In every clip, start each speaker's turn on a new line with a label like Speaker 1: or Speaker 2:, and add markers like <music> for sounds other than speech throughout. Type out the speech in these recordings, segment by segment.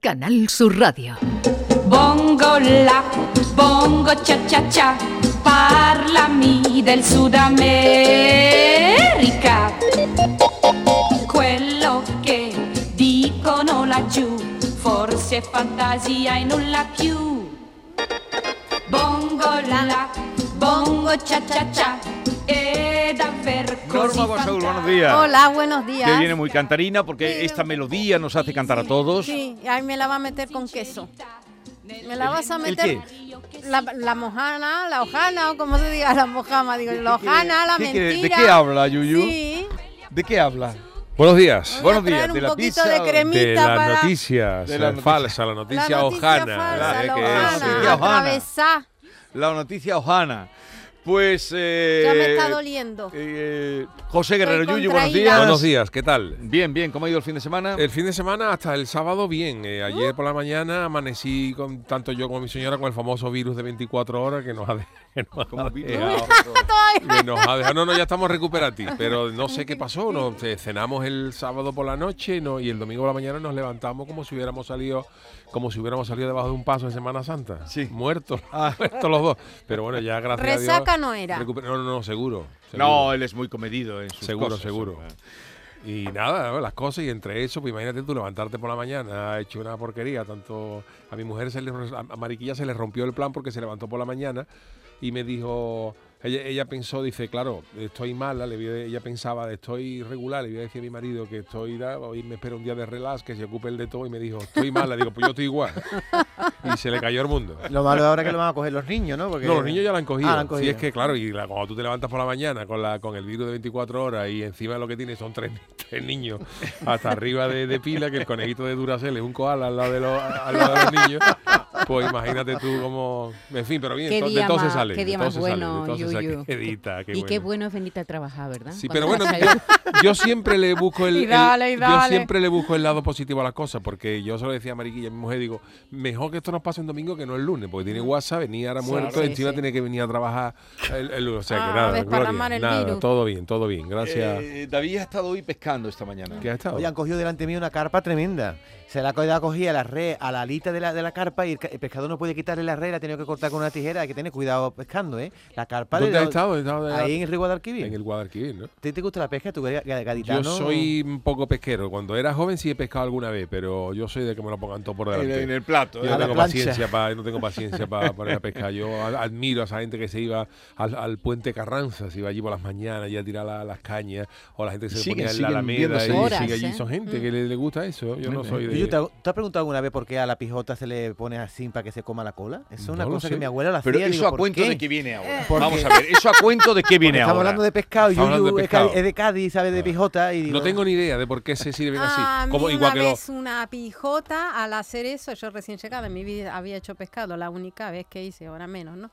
Speaker 1: Canal Sur Radio.
Speaker 2: Bongo la, bongo cha cha cha, parlami del Sud America. Quello che dicono laggiù, forse è fantasia e nulla più. Bongo la, bongo cha cha cha, è davvero così
Speaker 3: Norma Basaul,
Speaker 2: fantasia.
Speaker 3: buenos días.
Speaker 4: Hola, buenos días.
Speaker 3: Que viene muy cantarina porque esta melodía nos hace cantar a todos.
Speaker 4: Sí, ahí me la va a meter con queso. Me la vas a
Speaker 3: ¿El
Speaker 4: meter. La, la mojana, la hojana, o como se diga la mojama, digo, la hojana, la
Speaker 3: ¿Qué quiere-
Speaker 4: mentira.
Speaker 3: ¿De qué habla, Yuyu?
Speaker 4: Sí,
Speaker 3: ¿De qué habla?
Speaker 5: Buenos días.
Speaker 4: Voy a
Speaker 3: Buenos días,
Speaker 4: traer
Speaker 3: de
Speaker 4: un
Speaker 3: la
Speaker 4: poquito
Speaker 3: pizza,
Speaker 4: de cremita
Speaker 5: De las
Speaker 4: para
Speaker 5: noticias
Speaker 3: De la
Speaker 5: eh,
Speaker 3: noticia.
Speaker 5: falsa, la
Speaker 4: la
Speaker 5: noticia,
Speaker 4: noticia
Speaker 5: ojana.
Speaker 4: falsa,
Speaker 5: ¿verdad?
Speaker 4: la
Speaker 5: Que
Speaker 4: hojana,
Speaker 5: es,
Speaker 3: sí. Ojana.
Speaker 4: atravesá.
Speaker 3: La noticia Ojana. Pues. eh,
Speaker 4: Ya me está doliendo.
Speaker 3: eh, José Guerrero
Speaker 4: Estoy
Speaker 3: Yuyu, buenos
Speaker 4: contraída.
Speaker 5: eh,
Speaker 3: días.
Speaker 5: Buenos días, Eh, ¿qué tal?
Speaker 3: Bien, bien, ¿cómo ha ido el fin de semana?
Speaker 5: El fin de semana hasta el sábado bien. eh, ayer por la mañana amanecí con tanto yo como mi señora con el famoso virus de 24 horas que nos ha, de- <laughs> que nos ha
Speaker 3: Como vino.
Speaker 5: dejado. Que nos ha dejado- No, no, ya estamos recuperativos, pero no sé qué pasó. no, eh, cenamos el sábado por la noche no, y el domingo por la mañana nos levantamos como si hubiéramos salido, como si hubiéramos salido debajo de un paso de Semana Santa.
Speaker 3: Sí.
Speaker 5: Muertos, <laughs> muertos los dos. Pero bueno, ya gracias a
Speaker 4: Ah. Resaca
Speaker 5: Dios.
Speaker 4: no era.
Speaker 5: recuper- No, no, no, seguro. seguro.
Speaker 3: No, él es muy comedido en sus
Speaker 5: Seguro,
Speaker 3: cosas. Eh,
Speaker 5: seguro. Y nada, ¿no? las cosas, y entre eso, pues imagínate tú levantarte por la mañana, ha hecho una porquería, tanto a mi mujer, se le, a a Mariquilla se le rompió el plan porque se levantó por la mañana y me dijo, ella, ella pensó, dice, claro, estoy mala, le voy a- ella pensaba, estoy regular, le voy a decir a mi marido que estoy, da- hoy me espera un día de relax, que se ocupe él de todo, y me dijo, estoy mala, digo, pues yo estoy igual. <laughs> y se le cayó el mundo.
Speaker 6: Lo malo de ahora es que lo van a coger los niños, ¿no? Porque
Speaker 5: No, los niños ya la han cogido.
Speaker 6: Ah, la han
Speaker 5: Sí,
Speaker 6: cogido.
Speaker 5: es que claro, y la- cuando tú te levantas por la mañana con la con el virus de 24 horas y encima lo que tienes son tres, <laughs> tres niños hasta arriba de, de pila, que el conejito de Duracell es un koala al lado de los, al lado de los niños, pues imagínate tú cómo... En fin, pero bien,
Speaker 7: Qué
Speaker 5: to- de
Speaker 7: día
Speaker 5: todo se
Speaker 7: más-
Speaker 5: sale.
Speaker 7: qué
Speaker 5: de
Speaker 7: día
Speaker 5: todo
Speaker 7: más
Speaker 5: se sale, <laughs> de
Speaker 7: bueno,
Speaker 5: todo se saca.
Speaker 7: Yuyu.
Speaker 5: Qué dita, qué
Speaker 7: y qué bueno es venirte a trabajar,
Speaker 4: Ah,
Speaker 7: ¿verdad?
Speaker 5: Sí, pero
Speaker 7: Cuando
Speaker 5: bueno,
Speaker 7: vas ahí.
Speaker 5: yo, yo siempre le busco
Speaker 4: <laughs>
Speaker 5: el,
Speaker 4: Y
Speaker 5: el-
Speaker 4: dale, y
Speaker 5: yo
Speaker 4: dale.
Speaker 5: siempre le busco el lado positivo a las cosas, porque yo se lo decía a Mariquilla, mi mujer, digo, mejor que esto nos pase un domingo que no el lunes, porque tiene WhatsApp, venía ahora muerto,
Speaker 7: sí,
Speaker 5: encima
Speaker 7: sí.
Speaker 5: tiene que venir a trabajar el, el lunes. O sea, que
Speaker 4: Ah,
Speaker 5: nada,
Speaker 4: desparramar
Speaker 5: gloria,
Speaker 4: el
Speaker 5: nada,
Speaker 4: virus.
Speaker 5: todo bien, todo bien, gracias.
Speaker 3: Eh, David ha estado hoy pescando esta mañana.
Speaker 5: ¿Qué ha estado?
Speaker 6: Oye, han cogido delante mío una carpa tremenda. Se la ha co- la cogía la red a la alita de la, de la carpa y el, ca- el pescador no puede quitarle la red, la ha tenido que cortar con una tijera. Hay que tener cuidado pescando, ¿eh? La carpa
Speaker 5: ¿Dónde
Speaker 6: de
Speaker 5: has estado? ¿Has estado
Speaker 6: Ahí en el río Guadalquivir.
Speaker 5: en el Guadalquivir, ¿no?
Speaker 6: ¿Te, te gusta la pesca? ¿Tú eres ga- gaditano?
Speaker 5: Yo soy un poco pesquero. Cuando era joven sí he pescado alguna vez, pero yo soy de que me lo pongan todo por
Speaker 3: En,
Speaker 5: delante.
Speaker 3: en el plato.
Speaker 5: Yo no
Speaker 6: A la
Speaker 3: ¿eh?
Speaker 5: tengo,
Speaker 6: plancha.
Speaker 5: paciencia pa- no tengo paciencia para poner a pescar. Yo a- admiro a esa gente que se iba al, al puente Carranza, se iba allí por las mañanas y a tirar la- las cañas, o la gente que se
Speaker 3: Siguen-
Speaker 5: ponía en
Speaker 3: siguen
Speaker 5: la alameda y
Speaker 3: viéndose.
Speaker 7: Horas,
Speaker 5: sigue allí.
Speaker 7: ¿eh?
Speaker 5: Son gente que le, le gusta eso. Yo no soy de...
Speaker 6: Yuyu, ¿te, ha- te has preguntado alguna vez por qué a la pijota se le pone así para que se coma la cola? Eso es una
Speaker 5: No lo
Speaker 6: cosa
Speaker 5: sé.
Speaker 6: que mi abuela la hacía.
Speaker 3: Pero
Speaker 6: digo,
Speaker 3: eso a
Speaker 6: ¿por
Speaker 3: cuento
Speaker 6: qué?
Speaker 3: de qué viene ahora.
Speaker 6: Porque-
Speaker 3: Vamos a ver, eso a cuento de qué viene
Speaker 6: Estamos
Speaker 3: ahora.
Speaker 6: hablando de pescado,
Speaker 5: Estamos hablando
Speaker 6: Yuyu
Speaker 5: de
Speaker 6: es ca-
Speaker 5: pescado.
Speaker 6: es de Cádiz, sabe de pijota. Y digo,
Speaker 5: no tengo ni idea de por qué se
Speaker 7: Ah,
Speaker 5: sirven
Speaker 4: A
Speaker 5: así.
Speaker 4: mí
Speaker 5: Como, igual
Speaker 4: una
Speaker 5: que
Speaker 4: vez
Speaker 5: los...
Speaker 4: una pijota al hacer eso, yo recién llegada en mi vida había hecho pescado, la única vez que hice, ahora menos, ¿no?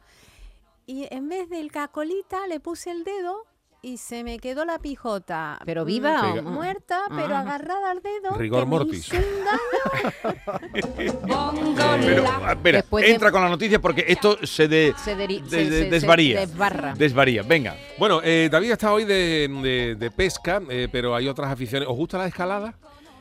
Speaker 4: Y en vez del cacolita le puse el dedo y se me quedó la pijota.
Speaker 7: ¿Pero viva
Speaker 4: Mm,
Speaker 7: o-
Speaker 4: muerta, pero
Speaker 7: Ah.
Speaker 4: agarrada al dedo.
Speaker 5: Rigor
Speaker 4: que me
Speaker 5: mortis.
Speaker 4: hizo un daño.
Speaker 2: Bongo
Speaker 3: Pero,
Speaker 2: la,
Speaker 3: ah, espera,
Speaker 7: Después de-
Speaker 3: entra con la noticia porque esto se, de,
Speaker 7: Se deri-
Speaker 3: de-
Speaker 7: se-
Speaker 3: de-
Speaker 7: se- se
Speaker 3: desvaría.
Speaker 7: desbarra.
Speaker 3: Desvaría, venga.
Speaker 5: Bueno, eh, David está hoy de, de- de pesca, eh, pero hay otras aficiones. ¿Os gusta la escalada?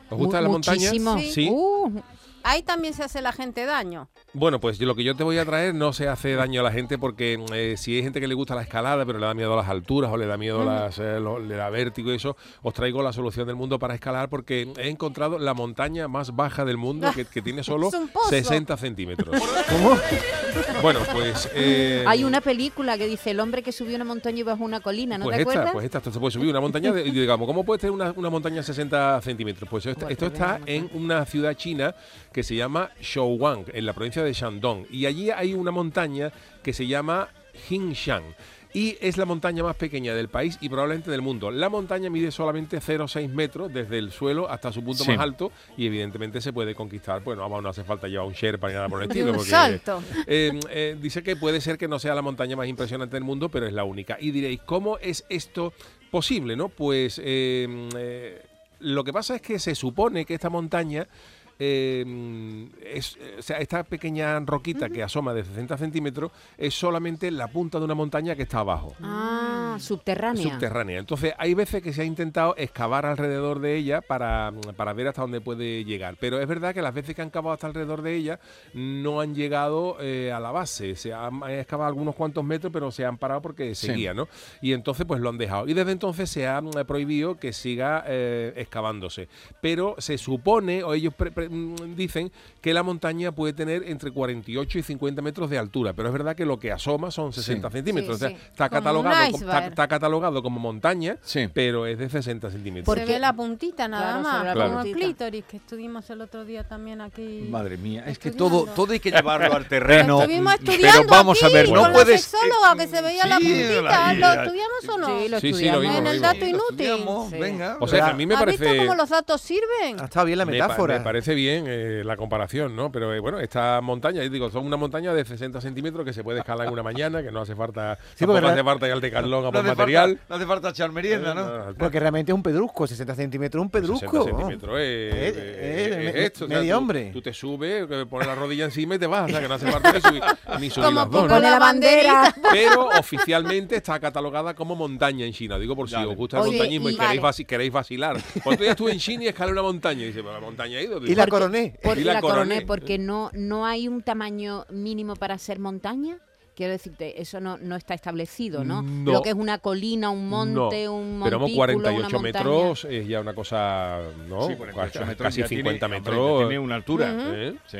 Speaker 5: ¿Os gusta
Speaker 7: Mu-
Speaker 5: la montaña?
Speaker 7: muchísimo.
Speaker 5: Sí.
Speaker 7: Uh,
Speaker 4: Ahí también se hace la gente daño.
Speaker 5: Bueno, pues yo- lo que yo te voy a traer no se hace daño a la gente porque eh, si hay gente que le gusta la escalada pero le da miedo a las alturas o le da miedo a las, eh, lo- le da vértigo y eso, os traigo la solución del mundo para escalar porque he encontrado la montaña más baja del mundo que,
Speaker 4: <laughs>
Speaker 5: que tiene solo
Speaker 4: Es un pozo. <laughs>
Speaker 5: 60 centímetros. Bueno, pues... eh,
Speaker 7: hay una película que dice el hombre que subió una montaña y bajó una colina, ¿no
Speaker 5: pues
Speaker 7: te
Speaker 5: esta,
Speaker 7: acuerdas?
Speaker 5: Pues esta, esto se puede subir una montaña, de- y digamos, ¿cómo puede tener una, una montaña de 60 centímetros? Pues esto,
Speaker 7: Buah,
Speaker 5: esto
Speaker 7: qué
Speaker 5: está
Speaker 7: bien,
Speaker 5: en una ciudad china que se llama Shouwang, en la provincia de Shandong. Y allí hay una montaña que se llama Jingshan. Y es la montaña más pequeña del país y probablemente del mundo. La montaña mide solamente 0,6 metros desde el suelo hasta su punto
Speaker 3: Sí.
Speaker 5: más alto y evidentemente se puede conquistar. Bueno, vamos, no hace falta llevar un Sherpa ni nada por el
Speaker 4: De
Speaker 5: estilo.
Speaker 4: un
Speaker 5: porque-
Speaker 4: salto.
Speaker 5: eh, eh, dice que puede ser que no sea la montaña más impresionante del mundo, pero es la única. Y diréis, ¿cómo es esto posible? ¿No? Pues eh, eh, lo que pasa es que se supone que esta montaña eh, es- eh, o sea, esta pequeña roquita que asoma de 60 centímetros es solamente la punta de una montaña que está abajo.
Speaker 7: Ah, subterránea.
Speaker 5: Subterránea. Entonces, hay veces que se ha intentado excavar alrededor de ella para, para ver hasta dónde puede llegar. Pero es verdad que las veces que han cavado hasta alrededor de ella no han llegado eh, a la base. Se han han excavado algunos cuantos metros, pero se han parado porque
Speaker 3: Sí.
Speaker 5: seguía, ¿no? Y entonces, pues lo han dejado. Y desde entonces se ha mm, prohibido que siga eh, excavándose. Pero se supone, o ellos pre- pre- mm, dicen, que la montaña puede tener entre 48 y 50 metros de altura. Pero es verdad que lo que asoma son 60 centímetros.
Speaker 7: Sí,
Speaker 5: o sea,
Speaker 7: sí.
Speaker 5: está
Speaker 4: Como un
Speaker 5: catalogado, como- está-
Speaker 4: iceberg.
Speaker 5: está catalogado como montaña,
Speaker 3: Sí.
Speaker 5: pero es de 60 centímetros.
Speaker 7: ¿Por
Speaker 4: se
Speaker 7: qué?
Speaker 4: ve la puntita nada
Speaker 7: Claro, se ve la
Speaker 4: más, como el
Speaker 7: puntita.
Speaker 4: clítoris que estuvimos el otro día también aquí.
Speaker 3: Madre mía, es que
Speaker 4: Estudiando.
Speaker 3: todo, todo hay que llevarlo al terreno.
Speaker 4: estuvimos estudiando
Speaker 3: Pero vamos a
Speaker 4: aquí
Speaker 3: ver,
Speaker 4: con
Speaker 3: no
Speaker 4: la
Speaker 3: puedes.
Speaker 4: sexóloga que se veía la
Speaker 3: sí,
Speaker 4: puntita,
Speaker 3: la-
Speaker 4: ¿lo
Speaker 3: la-
Speaker 4: estudiamos o no?
Speaker 7: Sí, lo
Speaker 5: Sí, sí, lo
Speaker 7: estudiamos.
Speaker 5: vimos,
Speaker 4: en
Speaker 5: lo
Speaker 4: el
Speaker 5: vimos.
Speaker 4: dato inútil.
Speaker 3: Estudiamos,
Speaker 7: Sí.
Speaker 3: Venga.
Speaker 5: o sea, que a
Speaker 6: ¿verdad?
Speaker 5: mí me
Speaker 4: ¿Has
Speaker 5: parece...
Speaker 4: visto cómo los datos sirven?
Speaker 6: "Ah, Ha estado bien la
Speaker 5: me pa-
Speaker 6: metáfora.
Speaker 5: Me, parece bien eh, la comparación, ¿no? Pero eh, bueno, esta montaña, yo digo, son una montaña de 60 centímetros que se puede escalar en una mañana, que no hace falta,
Speaker 6: Sí,
Speaker 5: tampoco
Speaker 6: porque la-
Speaker 5: hace falta ir al Decathlon a
Speaker 3: No
Speaker 5: por
Speaker 3: hace,
Speaker 5: material.
Speaker 3: falta, no hace falta echar merienda,
Speaker 5: Eh,
Speaker 3: ¿no?
Speaker 6: Porque realmente es un pedrusco, 60 centímetros, un
Speaker 5: 60
Speaker 6: pedrusco.
Speaker 5: centímetros, eh,
Speaker 6: Eh,
Speaker 5: eh,
Speaker 6: eh,
Speaker 5: es
Speaker 6: me-
Speaker 5: esto. o sea,
Speaker 6: medio
Speaker 5: tú-
Speaker 6: hombre.
Speaker 5: Tú te subes, eh, pones la rodilla encima y te vas. O sea, que no hace falta ni subir,
Speaker 4: <laughs>
Speaker 5: ni subir
Speaker 4: Como
Speaker 5: las dos.
Speaker 4: poco
Speaker 5: ¿no?
Speaker 7: Pone la bandera.
Speaker 5: pero oficialmente está catalogada como montaña en China. Digo por si
Speaker 3: Dale.
Speaker 5: os gusta el
Speaker 7: Oye,
Speaker 5: montañismo y,
Speaker 7: y-
Speaker 5: queréis,
Speaker 7: vale.
Speaker 5: vasi- queréis vacilar. Cuando ya estuve en China y escalé una montaña y dice, pero la montaña ha ido.
Speaker 6: Y la coroné.
Speaker 7: Por-
Speaker 5: Y la
Speaker 7: la coroné,
Speaker 5: coroné.
Speaker 7: porque no, no hay un tamaño mínimo para ser montaña. Quiero decirte, eso no, no está establecido, ¿no?
Speaker 5: Mm, No.
Speaker 7: Lo que es una colina, un monte,
Speaker 5: No,
Speaker 7: un
Speaker 5: pero
Speaker 7: montículo,
Speaker 5: vamos,
Speaker 7: una
Speaker 5: 48
Speaker 7: montaña.
Speaker 5: metros es ya una cosa, ¿no? Casi- casi 50 metros.
Speaker 3: Tiene una altura.
Speaker 5: ¿eh?
Speaker 3: Sí.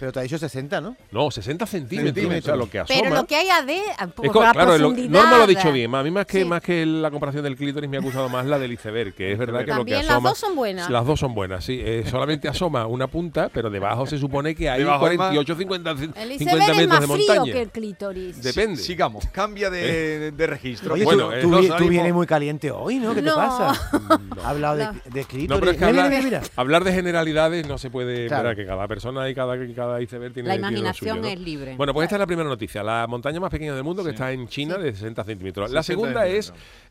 Speaker 6: Pero te ha dicho 60, ¿no?
Speaker 5: No, 60 centímetros,
Speaker 3: Centímetros.
Speaker 5: o sea, lo que asoma.
Speaker 4: <laughs> Pero lo que hay ade
Speaker 5: Es
Speaker 4: por
Speaker 5: co-
Speaker 4: la
Speaker 5: claro, es lo-
Speaker 4: profundidad.
Speaker 5: Norma lo ha dicho bien. A mí más que,
Speaker 4: Sí.
Speaker 5: más que la comparación del clítoris me ha gustado más la del iceberg, que es verdad que lo que
Speaker 4: También las
Speaker 5: asoma...
Speaker 4: dos son buenas.
Speaker 5: Las dos son buenas, sí. Eh, solamente asoma una punta, pero debajo se supone que hay
Speaker 3: Debajo es más-
Speaker 5: 48, 50,
Speaker 4: El
Speaker 5: 50
Speaker 4: iceberg es
Speaker 5: metros
Speaker 4: más
Speaker 5: de
Speaker 4: frío
Speaker 5: montaña.
Speaker 4: que el clítoris.
Speaker 5: Depende.
Speaker 3: Sí, Sigamos, cambia de, de registro.
Speaker 6: Oye,
Speaker 5: Bueno,
Speaker 6: tú,
Speaker 5: eh,
Speaker 6: tú
Speaker 5: no
Speaker 6: vi- tú
Speaker 3: salimos-
Speaker 6: vienes muy caliente hoy, ¿no? ¿Qué te
Speaker 4: No. <laughs>
Speaker 6: pasa?
Speaker 5: No.
Speaker 6: Ha hablado de,
Speaker 4: No.
Speaker 6: de clítoris.
Speaker 5: No, pero es que
Speaker 6: Mira,
Speaker 5: hablar,
Speaker 6: mira, mira, mira.
Speaker 5: hablar de generalidades no se puede.
Speaker 6: Claro.
Speaker 5: verdad, que cada persona y cada, y cada iceberg tiene
Speaker 7: La
Speaker 5: eh, tiene lo
Speaker 7: imaginación
Speaker 5: suyo, ¿no?
Speaker 7: es libre.
Speaker 5: Bueno, pues esta es la primera noticia. La montaña más pequeña del mundo que está en China de 60 centímetros. La
Speaker 3: 60
Speaker 5: segunda es,
Speaker 3: centímetros.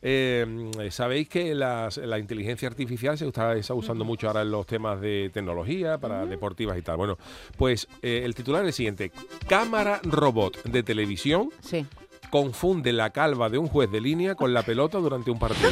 Speaker 5: eh, sabéis que las- la inteligencia artificial se está, está usando mucho ahora en los temas de tecnología, para deportivas y tal. Bueno, pues eh, el titular es el siguiente. Cámara robot de televisión
Speaker 7: Sí.
Speaker 5: confunde la calva de un juez de línea con la pelota durante un partido.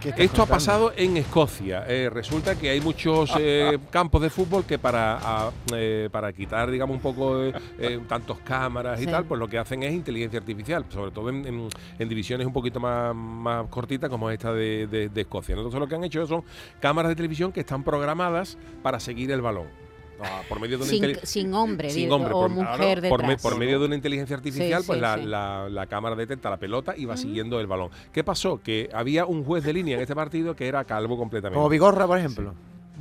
Speaker 6: ¿Qué estás
Speaker 5: Esto ha
Speaker 6: contando?
Speaker 5: pasado en Escocia. Eh, resulta que hay muchos
Speaker 6: <laughs>
Speaker 5: eh, campos de fútbol que para, a- eh, para quitar, digamos, un poco eh, eh, tantos cámaras y
Speaker 7: Sí.
Speaker 5: tal, pues lo que hacen es inteligencia artificial, sobre todo en, en- en divisiones un poquito más, más cortitas como esta de, de- de Escocia. ¿no? Entonces lo que han hecho son cámaras de televisión que están programadas para seguir el balón. Ah, por medio de una
Speaker 7: Sin,
Speaker 5: inteli-
Speaker 7: sin hombre,
Speaker 5: sin
Speaker 7: digo,
Speaker 5: hombre,
Speaker 7: o
Speaker 5: por-
Speaker 7: mujer
Speaker 5: por, me-
Speaker 7: detrás.
Speaker 5: por medio de una inteligencia artificial,
Speaker 7: Sí,
Speaker 5: pues
Speaker 7: sí,
Speaker 5: la,
Speaker 7: sí.
Speaker 5: la- la cámara detecta la pelota y va siguiendo el balón. ¿Qué pasó? Que había un juez de línea en este partido que era calvo completamente.
Speaker 6: Como Vigorra, por ejemplo.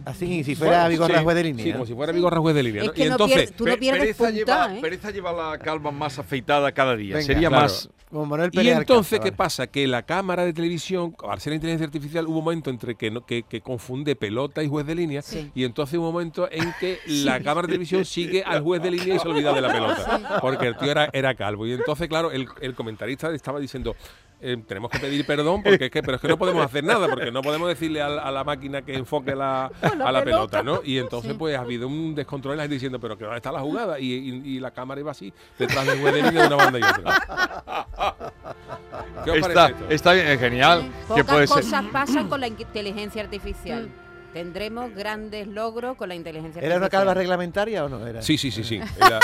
Speaker 6: Así, si fuera
Speaker 5: Bueno,
Speaker 6: Vigorra
Speaker 5: sí,
Speaker 6: juez de
Speaker 5: Sí,
Speaker 6: línea.
Speaker 5: como si fuera Vigorra juez de línea.
Speaker 7: Es
Speaker 5: ¿no?
Speaker 7: que
Speaker 5: y
Speaker 7: no
Speaker 5: entonces,
Speaker 7: pierde- Tú no
Speaker 3: Pe-
Speaker 7: pierdes
Speaker 3: pereza,
Speaker 7: punta,
Speaker 3: lleva,
Speaker 7: ¿eh?
Speaker 3: pereza lleva la calva más afeitada cada día.
Speaker 6: Venga,
Speaker 3: Sería
Speaker 5: claro.
Speaker 3: más.
Speaker 6: Como Manuel
Speaker 5: y
Speaker 6: Pérez de
Speaker 5: entonces,
Speaker 6: Alcázar,
Speaker 5: ¿qué
Speaker 6: vale.
Speaker 5: pasa? Que la cámara de televisión, al ser inteligencia artificial, hubo un momento entre que, no- que, que confunde pelota y juez de línea,
Speaker 7: Sí.
Speaker 5: y entonces hubo un momento en que la cámara de televisión sigue al juez de línea y se olvida de la pelota, porque el tío era, era calvo. Y entonces, claro, el, el comentarista estaba diciendo... eh, tenemos que pedir perdón porque es que pero es que no podemos hacer nada porque no podemos decirle al- a, la máquina que enfoque la, a la pelota no y entonces pues ha habido un descontrol en la gente diciendo pero que dónde está la jugada y, y- y la cámara iba así detrás del juez de línea de una banda y otra ¿Qué os
Speaker 3: Está,
Speaker 5: parece esto?
Speaker 3: está bien, es genial. ¿Qué puede
Speaker 7: Pocas
Speaker 3: ser?
Speaker 7: cosas pasan
Speaker 5: <clears throat>
Speaker 7: con la inteligencia artificial. Tendremos grandes logros con la inteligencia
Speaker 6: ¿Era una
Speaker 7: artificial.
Speaker 6: calva reglamentaria o no? Era?
Speaker 5: Sí, sí, sí,
Speaker 7: <laughs>
Speaker 5: sí. Era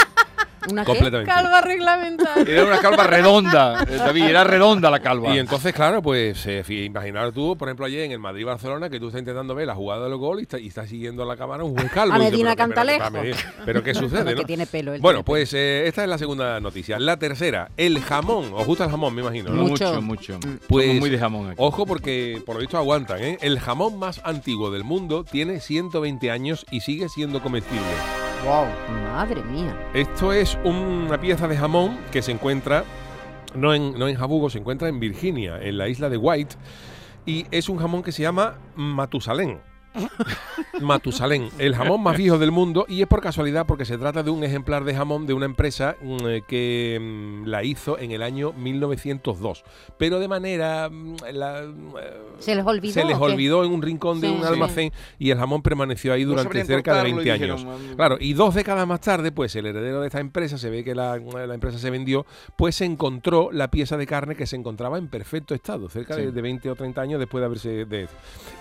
Speaker 7: ¿Una qué?
Speaker 5: completamente.
Speaker 4: Calva reglamentaria.
Speaker 3: Era una calva redonda, eh, David, era redonda la calva.
Speaker 5: Y entonces, claro, pues eh, fi- imaginar tú, por ejemplo, ayer en el Madrid-Barcelona, que tú estás intentando ver la jugada del gol y, está- y estás siguiendo a la cámara
Speaker 7: <laughs>
Speaker 5: un buen calvo.
Speaker 7: A
Speaker 5: Y dices,
Speaker 7: Medina
Speaker 5: pero- pero- pero-
Speaker 7: Cantalejo.
Speaker 5: Pero, pero ¿qué <laughs> sucede,
Speaker 7: <laughs> Porque
Speaker 5: no?
Speaker 7: tiene pelo, él
Speaker 5: Bueno,
Speaker 7: tiene
Speaker 5: pues eh, esta es la segunda noticia. La tercera, el jamón. ¿Os gusta el jamón, me imagino? ¿no?
Speaker 3: mucho,
Speaker 7: Mucho.
Speaker 3: mucho. Somos
Speaker 5: Pues,
Speaker 3: muy de jamón aquí.
Speaker 5: Ojo porque por lo visto aguantan, ¿eh? El jamón más antiguo del mundo tiene 120 años y sigue siendo comestible.
Speaker 6: Wow.
Speaker 7: Madre mía.
Speaker 5: Esto es una pieza de jamón que se encuentra no en, no en Jabugo, se encuentra en Virginia, en la isla de White. Y es un jamón que se llama Matusalén. <laughs> Matusalén, el jamón más viejo del mundo y es por casualidad porque se trata de un ejemplar de jamón de una empresa mm, eh, que mm, la hizo en el año 1902, pero de manera mm, la, eh,
Speaker 7: ¿Se les olvidó?
Speaker 5: se les
Speaker 7: o qué?
Speaker 5: olvidó en un rincón de
Speaker 7: Sí,
Speaker 5: un
Speaker 7: sí.
Speaker 5: almacén y el jamón permaneció ahí
Speaker 3: No
Speaker 5: durante
Speaker 3: sabrían
Speaker 5: cerca de
Speaker 3: cortarlo
Speaker 5: 20
Speaker 3: y dijeron,
Speaker 5: años.
Speaker 3: "Mam".
Speaker 5: Claro, y dos décadas más tarde, pues el heredero de esta empresa, se ve que la, la empresa se vendió, pues se encontró la pieza de carne que se encontraba en perfecto estado, cerca
Speaker 3: Sí.
Speaker 5: de, de 20 o 30 años después de haberse... De,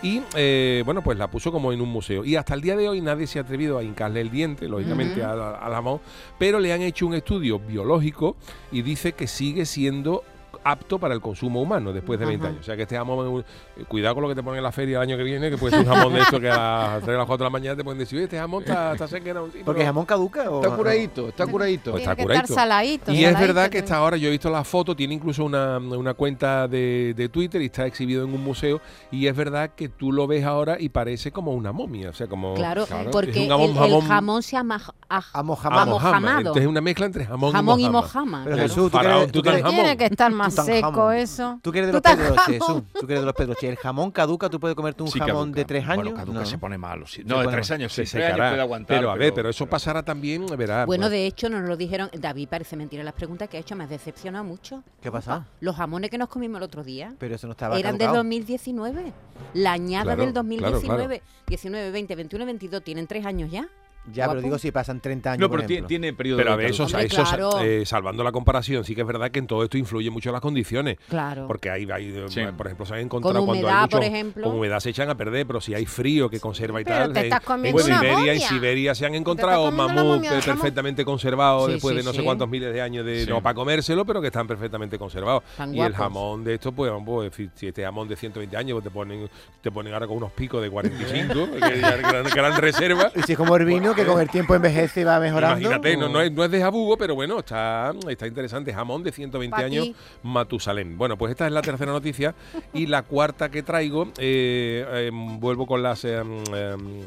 Speaker 5: y eh, bueno, pues la puso como en un museo. Y hasta el día de hoy nadie se ha atrevido a hincarle el diente, lógicamente, al- al jamón, pero le han hecho un estudio biológico y dice que sigue siendo apto para el consumo humano después de 20
Speaker 7: Ajá.
Speaker 5: años. O sea que este jamón, es un- eh, cuidado con lo que te ponen en la feria el año que viene, que puede ser un jamón de esto que a las 3 o las 4 de la mañana te pueden decir, "Oye, este jamón está, está sequero. sí,
Speaker 6: Porque
Speaker 5: pero-
Speaker 6: jamón caduca o.
Speaker 3: Está curadito, está curadito.
Speaker 5: Pues está
Speaker 4: Tiene que estar
Speaker 5: curadito.
Speaker 4: saladito.
Speaker 5: Y es verdad
Speaker 4: saladito,
Speaker 5: que está
Speaker 4: tiene-
Speaker 5: ahora, yo he visto la foto, tiene incluso una, una cuenta de, de Twitter y está exhibido en un museo. Y es verdad que tú lo ves ahora y parece como una momia. O sea, como.
Speaker 7: Claro,
Speaker 5: es
Speaker 7: porque
Speaker 5: un jamón-
Speaker 7: el, el
Speaker 5: jamón-
Speaker 7: jamón se ama, aj-
Speaker 6: Amojamado.
Speaker 5: Amo jama.
Speaker 7: amojamado.
Speaker 5: Entonces es una mezcla entre jamón,
Speaker 7: jamón
Speaker 5: y
Speaker 7: y
Speaker 5: mojama.
Speaker 7: mojama.
Speaker 6: Pero
Speaker 5: El
Speaker 6: Jesús, ¿tú
Speaker 5: faraón
Speaker 6: crees- tú crees-
Speaker 5: Tutankamón.
Speaker 4: Tiene que estar más
Speaker 6: Tutankamón.
Speaker 4: seco eso.
Speaker 6: Tú que eres de los
Speaker 4: Tutankamón.
Speaker 6: pedroches, Jesús. Tú que eres de los pedroches. El jamón caduca, tú puedes comerte un
Speaker 3: Sí,
Speaker 6: jamón
Speaker 3: caduca.
Speaker 6: de tres años.
Speaker 3: Bueno, caduca
Speaker 6: No.
Speaker 3: se pone malo. sí.
Speaker 6: Se
Speaker 3: No, de
Speaker 6: pone
Speaker 3: tres
Speaker 6: malo.
Speaker 3: años,
Speaker 5: Se
Speaker 3: sí, tres años
Speaker 5: secará.
Speaker 3: puede aguantar.
Speaker 5: Pero a ver, pero eso
Speaker 3: pero-
Speaker 5: pasará también, verás.
Speaker 7: Bueno,
Speaker 5: pues,
Speaker 7: de hecho, nos lo dijeron. David, parece mentira las preguntas que ha hecho. Me ha decepcionado mucho.
Speaker 6: ¿Qué pasa?
Speaker 7: Los jamones que nos comimos el otro día
Speaker 6: Pero eso no estaba
Speaker 7: eran del
Speaker 6: caducado.
Speaker 7: 2019. La añada
Speaker 5: Claro,
Speaker 7: del
Speaker 5: claro,
Speaker 7: 2019. 19, 20, 21, 22. Tienen tres años ya.
Speaker 6: Ya, pero
Speaker 7: Guapo.
Speaker 6: digo si pasan 30 años.
Speaker 3: No,
Speaker 6: por
Speaker 3: pero tiene,
Speaker 6: ejemplo.
Speaker 3: tiene periodo
Speaker 5: Pero a
Speaker 3: de
Speaker 5: ver, eso,
Speaker 7: Hombre,
Speaker 5: eso,
Speaker 7: claro.
Speaker 5: eh, salvando la comparación, sí que es verdad que en todo esto influye mucho las condiciones.
Speaker 7: Claro.
Speaker 5: Porque ahí, hay, eh,
Speaker 3: Sí.
Speaker 5: por ejemplo, se han encontrado
Speaker 7: Con
Speaker 5: cuando hay
Speaker 7: humedad,
Speaker 5: mucho,
Speaker 7: por ejemplo.
Speaker 5: con humedad se echan a perder, pero si hay frío que conserva y
Speaker 4: Pero
Speaker 5: tal.
Speaker 4: te
Speaker 5: en-
Speaker 4: estás
Speaker 5: en,
Speaker 4: comiendo una
Speaker 5: Siberia, en
Speaker 4: momia.
Speaker 5: Siberia se han
Speaker 4: estás
Speaker 5: encontrado
Speaker 4: comiendo una
Speaker 5: mamuts
Speaker 4: momia de
Speaker 5: eh,
Speaker 4: jamón.
Speaker 5: perfectamente conservados
Speaker 7: Sí,
Speaker 5: después
Speaker 7: sí,
Speaker 5: de no sé
Speaker 7: sí.
Speaker 5: cuantos miles de años de
Speaker 3: Sí.
Speaker 5: no para comérselo, pero que están perfectamente conservados.
Speaker 7: Tan
Speaker 5: y el
Speaker 7: guapos.
Speaker 5: jamón de esto, pues, pues, si- si este jamón de 120 años pues, te ponen te ponen ahora con unos picos de 45, que ya es gran, gran reserva.
Speaker 6: Y si es como el vino, que con el tiempo envejece y va mejorando.
Speaker 5: Imagínate, no,
Speaker 6: o-
Speaker 7: Mm.
Speaker 5: no es, no es de jabugo, pero bueno, está, está interesante. Jamón de 120
Speaker 4: Pa'
Speaker 5: años,
Speaker 4: ti.
Speaker 5: Matusalén. Bueno, pues esta es la tercera noticia. Y la cuarta que traigo, eh, em, vuelvo con las, em, em,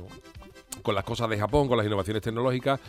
Speaker 5: con las cosas de Japón, con las innovaciones tecnológicas.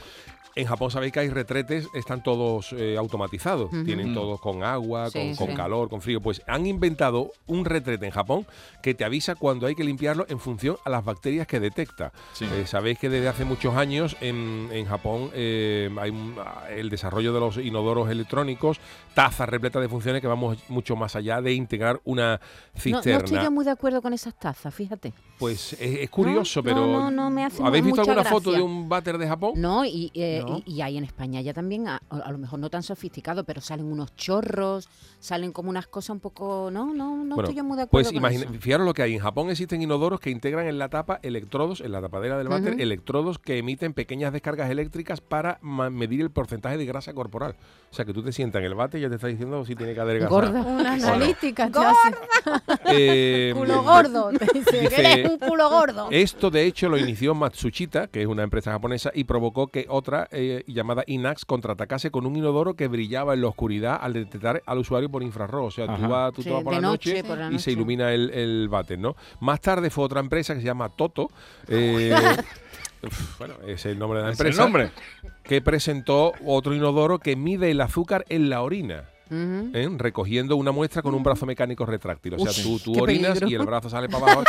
Speaker 5: En Japón sabéis que hay retretes, están todos eh, automatizados,
Speaker 7: Ujú. Mm.
Speaker 5: tienen todos con agua,
Speaker 7: Sí,
Speaker 5: con, con
Speaker 7: sí.
Speaker 5: calor, con frío. Pues han inventado un retrete en Japón que te avisa cuando hay que limpiarlo en función a las bacterias que detecta.
Speaker 3: Sí.
Speaker 5: Eh, sabéis que desde hace muchos años en, en Japón eh, hay un- ah, el desarrollo de los inodoros electrónicos, tazas repletas de funciones que vamos mucho más allá de integrar una
Speaker 7: No, no estoy
Speaker 5: cisterna.
Speaker 7: yo muy de acuerdo con esas tazas, fíjate.
Speaker 5: pues es, es curioso,
Speaker 7: No,
Speaker 5: pero
Speaker 7: no, no, me hace mu-
Speaker 5: ¿habéis visto
Speaker 7: mucha
Speaker 5: alguna foto de
Speaker 7: gracia.
Speaker 5: un váter de Japón?
Speaker 7: No, y, eh,
Speaker 6: No.
Speaker 7: y- y hay en España ya también, a, a lo mejor no tan sofisticado, pero salen unos chorros, salen como unas cosas un poco... No, no, no
Speaker 5: Bueno,
Speaker 7: estoy yo muy de acuerdo
Speaker 5: Pues
Speaker 7: con
Speaker 5: imagina,
Speaker 7: eso.
Speaker 5: fijaros lo que hay. En Japón existen inodoros que integran en la tapa electrodos, en la tapadera del váter,
Speaker 7: Ujú.
Speaker 5: electrodos que emiten pequeñas descargas eléctricas para ma- medir el porcentaje de grasa corporal. O sea, que tú te sientas en el váter y ya te está diciendo si tiene que adelgazar.
Speaker 7: Gorda.
Speaker 4: Una
Speaker 5: Bueno.
Speaker 4: analítica te hace.
Speaker 5: Eh,
Speaker 4: Culo gordo. Te dice,
Speaker 5: Dice-
Speaker 4: eres un culo gordo.
Speaker 5: Esto, de hecho, lo inició Matsushita, que es una empresa japonesa, y provocó que otra eh, llamada Inax contraatacase con un inodoro que brillaba en la oscuridad al detectar al usuario por infrarrojo. O sea, tú
Speaker 3: Ajá.
Speaker 5: vas, tú te
Speaker 7: Sí,
Speaker 5: vas por
Speaker 7: de
Speaker 5: la noche,
Speaker 7: noche, por la
Speaker 5: y se
Speaker 7: noche.
Speaker 5: ilumina el, el váter, ¿no? Más tarde fue otra empresa que se llama Toto.
Speaker 7: <laughs>
Speaker 5: eh, uf, bueno, es el nombre de la
Speaker 3: Es el
Speaker 5: empresa.
Speaker 3: nombre.
Speaker 5: Que presentó otro inodoro que mide el azúcar en la orina.
Speaker 7: Ujú.
Speaker 5: ¿eh? recogiendo una muestra con un brazo mecánico retráctil. O sea,
Speaker 7: Uy,
Speaker 5: tú, tú
Speaker 7: qué
Speaker 5: orinas
Speaker 7: peligro.
Speaker 5: y el brazo sale para abajo.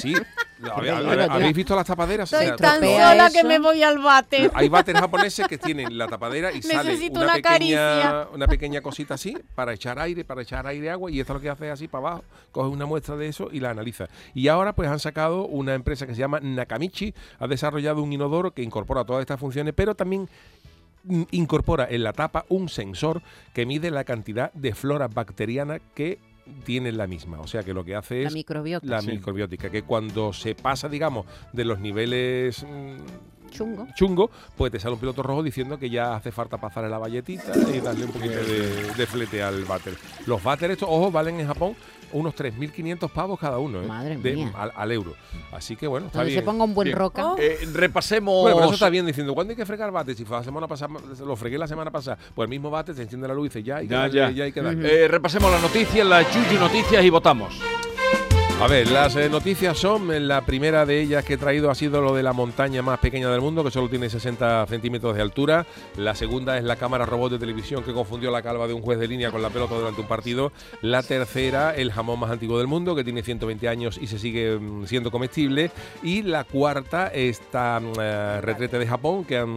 Speaker 5: Sí. A ver, a ver,
Speaker 7: peligro,
Speaker 5: ¿Habéis
Speaker 7: tío.
Speaker 5: visto las tapaderas? O sea,
Speaker 4: Estoy tan
Speaker 7: atropella
Speaker 4: sola
Speaker 7: eso.
Speaker 4: que me voy al bate.
Speaker 5: hay váteres japoneses que tienen la tapadera y sale
Speaker 4: Necesito
Speaker 5: una,
Speaker 4: una
Speaker 5: pequeña,
Speaker 4: caricia.
Speaker 5: una pequeña cosita así para echar aire, para echar aire agua y esto lo que hace es así para abajo, coge una muestra de eso y la analiza. Y ahora pues han sacado una empresa que se llama Nakamichi, ha desarrollado un inodoro que incorpora todas estas funciones, pero también mm, incorpora en la tapa un sensor que mide la cantidad de flora bacteriana que tiene la misma. O sea que lo que hace
Speaker 7: La
Speaker 5: es
Speaker 7: microbiota.
Speaker 5: la
Speaker 3: Sí.
Speaker 5: microbiótica, que cuando se pasa, digamos, de los niveles mm,
Speaker 7: Chungo.
Speaker 5: chungo, pues te sale un piloto rojo diciendo que ya hace falta pasarle la valletita y darle un poquito de, de flete al váter. Los váteres, estos, ojo, valen en Japón unos 3.500 pavos cada uno, ¿eh?
Speaker 7: Madre
Speaker 5: De-
Speaker 7: mía.
Speaker 5: al, al euro. Así que bueno, está
Speaker 7: Donde
Speaker 5: bien.
Speaker 7: se ponga un buen
Speaker 3: Bien.
Speaker 7: roca.
Speaker 4: Oh.
Speaker 3: Eh, repasemos.
Speaker 5: Bueno, pero eso está bien diciendo, ¿cuándo hay que fregar bate? Si fue la semana pasada, lo fregué la semana pasada, pues el mismo bate se enciende la luz y dice, ya Eh, hay que
Speaker 3: Ya,
Speaker 5: darle,
Speaker 3: ya.
Speaker 5: ya hay que darle.
Speaker 3: Eh, repasemos las noticias, las Yuyu Noticias y votamos.
Speaker 5: A ver, las eh, noticias son, eh, la primera de ellas que he traído ha sido lo de la montaña más pequeña del mundo, que solo tiene 60 centímetros de altura. La segunda es la cámara robot de televisión que confundió la calva de un juez de línea con la pelota durante un partido. La tercera, el jamón más antiguo del mundo, que tiene 120 años y se sigue mm, siendo comestible. Y la cuarta, esta mm, eh, retrete de Japón que han,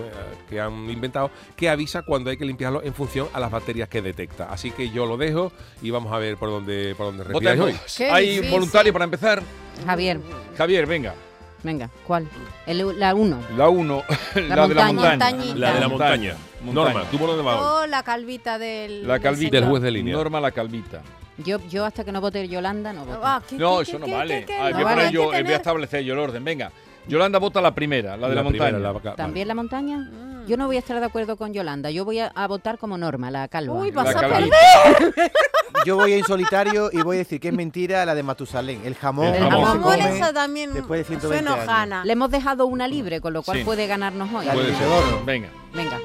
Speaker 5: eh, que han inventado, que avisa cuando hay que limpiarlo en función a las bacterias que detecta. Así que yo lo dejo y vamos a ver por dónde, por dónde respiráis hoy.
Speaker 3: Votemos.
Speaker 4: Qué
Speaker 3: Hay
Speaker 4: difícil.
Speaker 3: voluntario para empezar.
Speaker 7: Javier,
Speaker 3: Javier, venga.
Speaker 7: venga, ¿cuál? El- la 1.
Speaker 3: La
Speaker 5: <laughs>
Speaker 3: 1, la, de la
Speaker 7: montaña.
Speaker 3: montaña.
Speaker 4: Montañita.
Speaker 5: La de la montaña.
Speaker 3: Montaña.
Speaker 5: Norma, tú por dónde vas. hoy?
Speaker 4: O Oh, la calvita del.
Speaker 3: La
Speaker 4: del
Speaker 3: calvita.
Speaker 5: Del
Speaker 4: señor.
Speaker 5: juez de línea.
Speaker 3: Norma la calvita.
Speaker 7: Yo, yo hasta que no vote Yolanda no voto.
Speaker 4: Ah, ¿qué-
Speaker 3: No,
Speaker 4: qué-
Speaker 3: eso
Speaker 4: qué-
Speaker 3: no
Speaker 4: qué-
Speaker 3: vale.
Speaker 4: qué- qué-
Speaker 3: Ah,
Speaker 4: no
Speaker 3: voy, a
Speaker 4: vale,
Speaker 3: poner
Speaker 4: hay
Speaker 3: yo,
Speaker 4: que
Speaker 3: eh, voy a
Speaker 4: tener-
Speaker 3: establecer yo el orden. Venga, Yolanda vota la primera, la de la, montaña.
Speaker 5: primera, la vaca-
Speaker 7: ¿También la montaña?
Speaker 4: Mm.
Speaker 7: Yo no voy a estar de acuerdo con Yolanda. Yo voy a, a votar como Norma, la calva.
Speaker 4: Uy, pues
Speaker 3: La
Speaker 4: vas a
Speaker 3: calvita.
Speaker 4: perder.
Speaker 6: Yo voy a ir solitario y voy a decir que es mentira la de Matusalén. El jamón.
Speaker 3: El
Speaker 6: que se
Speaker 7: jamón. El
Speaker 4: Amor,
Speaker 6: come
Speaker 4: esa también
Speaker 6: después de 120
Speaker 4: suena
Speaker 6: años.
Speaker 4: ojana.
Speaker 7: Le hemos dejado una libre, con lo cual
Speaker 3: Sí.
Speaker 7: puede ganarnos hoy.
Speaker 6: la
Speaker 5: Puede
Speaker 6: de
Speaker 5: ser. Eh,
Speaker 6: Isidoro.
Speaker 3: Venga.
Speaker 7: Venga.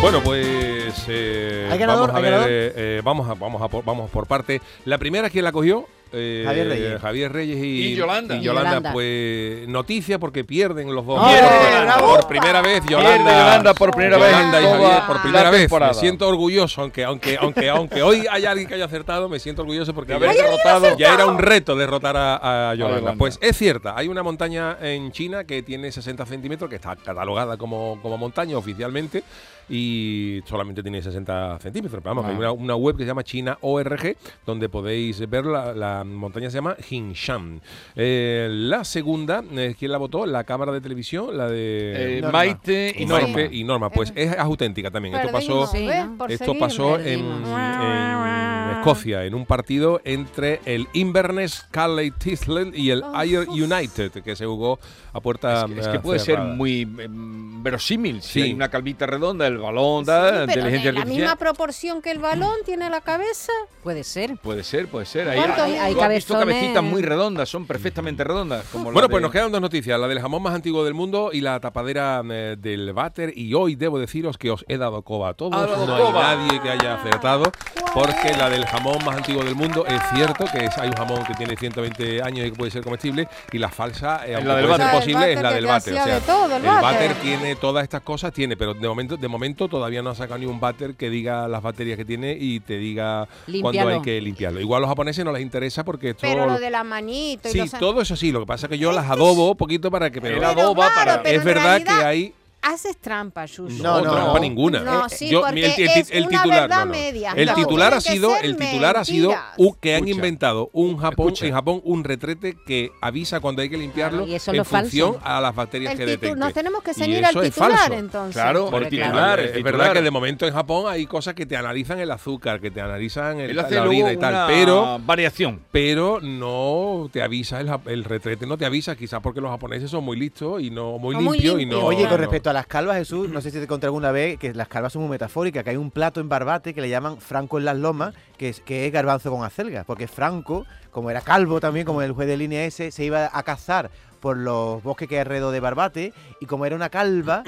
Speaker 5: Bueno, pues eh,
Speaker 6: ¿Hay ganador?
Speaker 5: vamos a
Speaker 6: ¿Hay
Speaker 5: ver,
Speaker 6: ganador?
Speaker 5: eh, eh, vamos a vamos a por, vamos por parte. La primera quién la cogió. Eh,
Speaker 6: Javier Reyes.
Speaker 5: Javier Reyes y,
Speaker 3: Y Yolanda.
Speaker 5: y Yolanda,
Speaker 7: Y Yolanda.
Speaker 5: pues noticia porque pierden los dos.
Speaker 7: ¡Bien,
Speaker 5: Por-
Speaker 3: bravo!
Speaker 5: por primera vez Yolanda.
Speaker 3: Pierde Yolanda por primera vez.
Speaker 5: Yolanda y
Speaker 3: toda
Speaker 5: Javier por
Speaker 3: la
Speaker 5: primera vez.
Speaker 3: temporada.
Speaker 5: Me siento orgulloso, aunque aunque aunque aunque hoy haya alguien que haya acertado, me siento orgulloso porque
Speaker 3: De haber
Speaker 5: ya-
Speaker 3: derrotado.
Speaker 5: ya era un reto derrotar a, a Yolanda.
Speaker 3: Yolanda.
Speaker 5: Pues es cierta, hay una montaña en China que tiene 60 centímetros, que está catalogada como, como montaña oficialmente y solamente tiene 60 centímetros. Pero Vamos,
Speaker 3: Ah.
Speaker 5: hay una, una web que se llama China ORG, donde podéis ver la, la montaña se llama Jinshan. Eh, la segunda, eh, ¿quién la votó? La cámara de televisión, la de...
Speaker 3: Eh,
Speaker 6: Norma.
Speaker 3: Maite y
Speaker 5: y
Speaker 3: Norma.
Speaker 5: Norma. y Norma, pues es auténtica también. Esto pasó,
Speaker 4: Perdimos, ¿ves? Por
Speaker 5: esto
Speaker 4: seguir,
Speaker 5: pasó en,
Speaker 7: perdimos.
Speaker 5: en Escocia, en un partido entre el Inverness Calais Thistle y el
Speaker 4: Oh,
Speaker 5: Ayr
Speaker 4: uf.
Speaker 5: United, que se jugó a puerta
Speaker 3: Es que, es que
Speaker 5: eh,
Speaker 3: puede ser
Speaker 5: cerrada.
Speaker 3: muy em, verosímil. Si
Speaker 5: Sí.
Speaker 3: hay una calvita redonda, el balón,
Speaker 4: Sí,
Speaker 3: da,
Speaker 4: pero de
Speaker 3: inteligencia
Speaker 4: la
Speaker 3: artificial.
Speaker 4: misma proporción que el balón tiene la cabeza.
Speaker 7: Puede ser.
Speaker 3: Puede ser, puede ser. Ahí
Speaker 4: ¿Cuántos
Speaker 3: ahí-
Speaker 4: hay?
Speaker 7: Hay
Speaker 3: tú has visto
Speaker 7: cabezones.
Speaker 3: cabecitas muy redondas, son perfectamente redondas. Como la
Speaker 5: Bueno, pues
Speaker 3: de-
Speaker 5: nos quedan dos noticias, la del jamón más antiguo del mundo y la tapadera eh, del váter. Y hoy debo deciros que os he dado coba a todos.
Speaker 3: Ha dado
Speaker 5: no hay
Speaker 3: coba.
Speaker 5: nadie que haya acertado, porque la del jamón más antiguo del mundo es cierto que es, hay un jamón que tiene 120 años y que puede ser comestible. Y la falsa, eh,
Speaker 3: Es
Speaker 5: aunque
Speaker 3: la del
Speaker 5: puede ser
Speaker 3: váter.
Speaker 5: posible, es
Speaker 4: El
Speaker 5: la
Speaker 4: váter
Speaker 5: del
Speaker 4: que
Speaker 5: váter.
Speaker 4: hacía
Speaker 5: o sea,
Speaker 4: de todo, el
Speaker 5: el váter
Speaker 4: váter.
Speaker 5: tiene todas estas cosas, tiene, pero de momento, de momento todavía no ha sacado ni un váter que diga las baterías que tiene y te diga cuándo
Speaker 7: Límpialo.
Speaker 5: hay que limpiarlo. Igual a los japoneses no les interesa porque esto
Speaker 4: Pero lo de la manito y
Speaker 5: Sí,
Speaker 4: los-
Speaker 5: todo eso sí. Lo que pasa es que yo las adobo un poquito para que.
Speaker 3: El adobo
Speaker 4: claro,
Speaker 3: para-
Speaker 4: pero
Speaker 5: es
Speaker 4: en
Speaker 5: verdad
Speaker 4: realidad
Speaker 5: que hay.
Speaker 4: Haces trampa, Yuyu.
Speaker 5: No,
Speaker 6: No, no,
Speaker 5: trampa
Speaker 6: no.
Speaker 5: ninguna.
Speaker 4: No,
Speaker 5: Eh,
Speaker 4: sí,
Speaker 5: yo-
Speaker 4: porque
Speaker 5: el, ti-
Speaker 4: es
Speaker 5: el
Speaker 4: una
Speaker 5: titular,
Speaker 4: verdad
Speaker 5: no, no.
Speaker 4: media.
Speaker 5: El
Speaker 4: No,
Speaker 5: titular ha
Speaker 4: tienen que
Speaker 5: sido,
Speaker 4: ser
Speaker 5: el titular ha sido
Speaker 4: mentiras.
Speaker 5: u- que han
Speaker 3: Escucha.
Speaker 5: inventado un Japón,
Speaker 3: Escucha.
Speaker 5: en Japón un retrete que avisa cuando hay que
Speaker 4: Ah,
Speaker 5: limpiarlo
Speaker 7: Claro, y eso es
Speaker 5: en
Speaker 7: lo falso.
Speaker 5: función a las bacterias
Speaker 4: El
Speaker 5: que
Speaker 4: titu-
Speaker 5: detecte.
Speaker 4: Nos tenemos que
Speaker 5: Y
Speaker 4: ceñir
Speaker 5: eso
Speaker 4: al
Speaker 5: es
Speaker 4: titular
Speaker 5: falso.
Speaker 4: entonces.
Speaker 3: Claro,
Speaker 7: Hombre,
Speaker 3: por
Speaker 7: claro.
Speaker 3: titular.
Speaker 5: es
Speaker 3: titular.
Speaker 5: verdad que de momento en Japón hay cosas que te analizan el azúcar, que te analizan el,
Speaker 3: Él hace
Speaker 5: la
Speaker 3: luego
Speaker 5: orina y
Speaker 3: una
Speaker 5: tal, pero
Speaker 3: variación.
Speaker 5: pero no te avisa el, ja- el retrete, no te avisa, quizás porque los japoneses son muy listos y no muy
Speaker 4: Son muy
Speaker 5: limpios y no.
Speaker 4: limpios.
Speaker 6: Oye,
Speaker 5: no.
Speaker 6: con respecto a las calvas, Jesús, no sé si te conté alguna vez que las calvas son muy metafóricas, que hay un plato en Barbate que le llaman Franco en las Lomas, que es, que es garbanzo con acelgas, porque Franco, como era calvo también, como el juez de línea ese, se iba a cazar por los bosques que hay alrededor de Barbate, y como era una calva,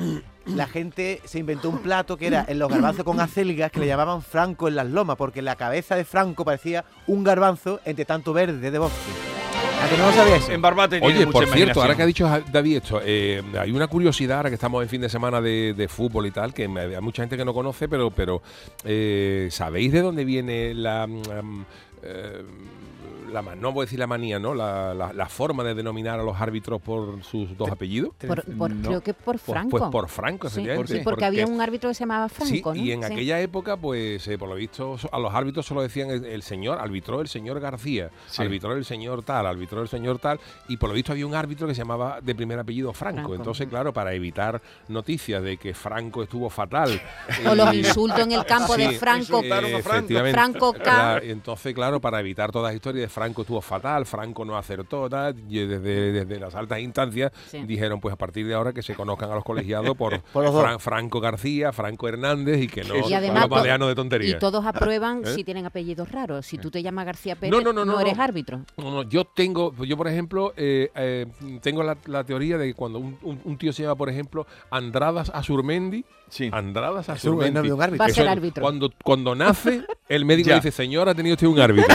Speaker 6: la gente se inventó un plato que era en los garbanzos con acelgas, que le llamaban Franco en las Lomas, porque la cabeza de Franco parecía un garbanzo entre tanto verde de bosque. ¿A que no lo sabías?
Speaker 3: En Barbate tiene
Speaker 5: Oye,
Speaker 3: mucha
Speaker 5: por cierto,
Speaker 3: imaginación.
Speaker 5: ahora que ha dicho Ja- David esto, eh, hay una curiosidad ahora que estamos en fin de semana de, de fútbol y tal, que me- hay mucha gente que no conoce, pero, pero eh, ¿sabéis de dónde viene la... mm, mm, eh, la ma- no voy a decir la manía, ¿no? La, la- la forma de denominar a los árbitros por sus dos apellidos.
Speaker 7: Por- por-
Speaker 3: No.
Speaker 7: Creo que por
Speaker 5: Pues,
Speaker 7: Franco.
Speaker 5: pues por Franco,
Speaker 7: Sí,
Speaker 5: efectivamente.
Speaker 7: sí, porque, había un árbitro que se llamaba
Speaker 5: Sí,
Speaker 7: Franco, ¿no?
Speaker 5: y en
Speaker 7: Sí.
Speaker 5: aquella época, pues, eh, por lo visto, so- a los árbitros solo decían el, el señor, arbitró el señor García,
Speaker 3: Sí.
Speaker 5: arbitró el señor tal, arbitró el señor tal, y por lo visto había un árbitro que se llamaba de primer apellido Franco.
Speaker 7: Franco.
Speaker 5: Entonces, claro, para evitar noticias de que Franco estuvo
Speaker 7: <laughs>
Speaker 5: fatal.
Speaker 7: O los
Speaker 5: y-
Speaker 7: insultos en el campo de
Speaker 5: Sí, eh,
Speaker 7: Franco.
Speaker 3: insultaron a Franco.
Speaker 5: efectivamente.
Speaker 7: Franco K.
Speaker 5: Claro, y entonces, claro, para evitar todas las historias de Franco estuvo fatal, Franco no acertó, tal, y desde, desde las altas instancias
Speaker 7: Sí.
Speaker 5: dijeron, pues a partir de ahora que se conozcan a los colegiados
Speaker 7: <laughs>
Speaker 5: por,
Speaker 6: Por los dos.
Speaker 5: Fran- Franco García, Franco Hernández y que no
Speaker 3: Y
Speaker 5: los
Speaker 7: además to-
Speaker 5: baleanos de
Speaker 7: Y
Speaker 5: tonterías.
Speaker 7: todos aprueban
Speaker 5: ¿Eh?
Speaker 7: si tienen apellidos raros. Si tú te llamas García Pérez,
Speaker 5: No,
Speaker 7: no,
Speaker 5: no, no, no,
Speaker 7: eres
Speaker 5: no.
Speaker 7: árbitro.
Speaker 5: No, no, yo tengo, yo por ejemplo, eh, eh, tengo la, la teoría de que cuando un, un- un tío se llama, por ejemplo, Andradas Azurmendi,
Speaker 3: Sí.
Speaker 5: Andradas
Speaker 6: Es un- el nombre
Speaker 5: Azurmendi.
Speaker 6: de un árbitro.
Speaker 7: Va a
Speaker 5: Eso
Speaker 7: ser
Speaker 5: es,
Speaker 7: árbitro.
Speaker 5: Cuando, cuando nace, el médico
Speaker 3: Ya.
Speaker 5: dice, señor, ha tenido usted un árbitro.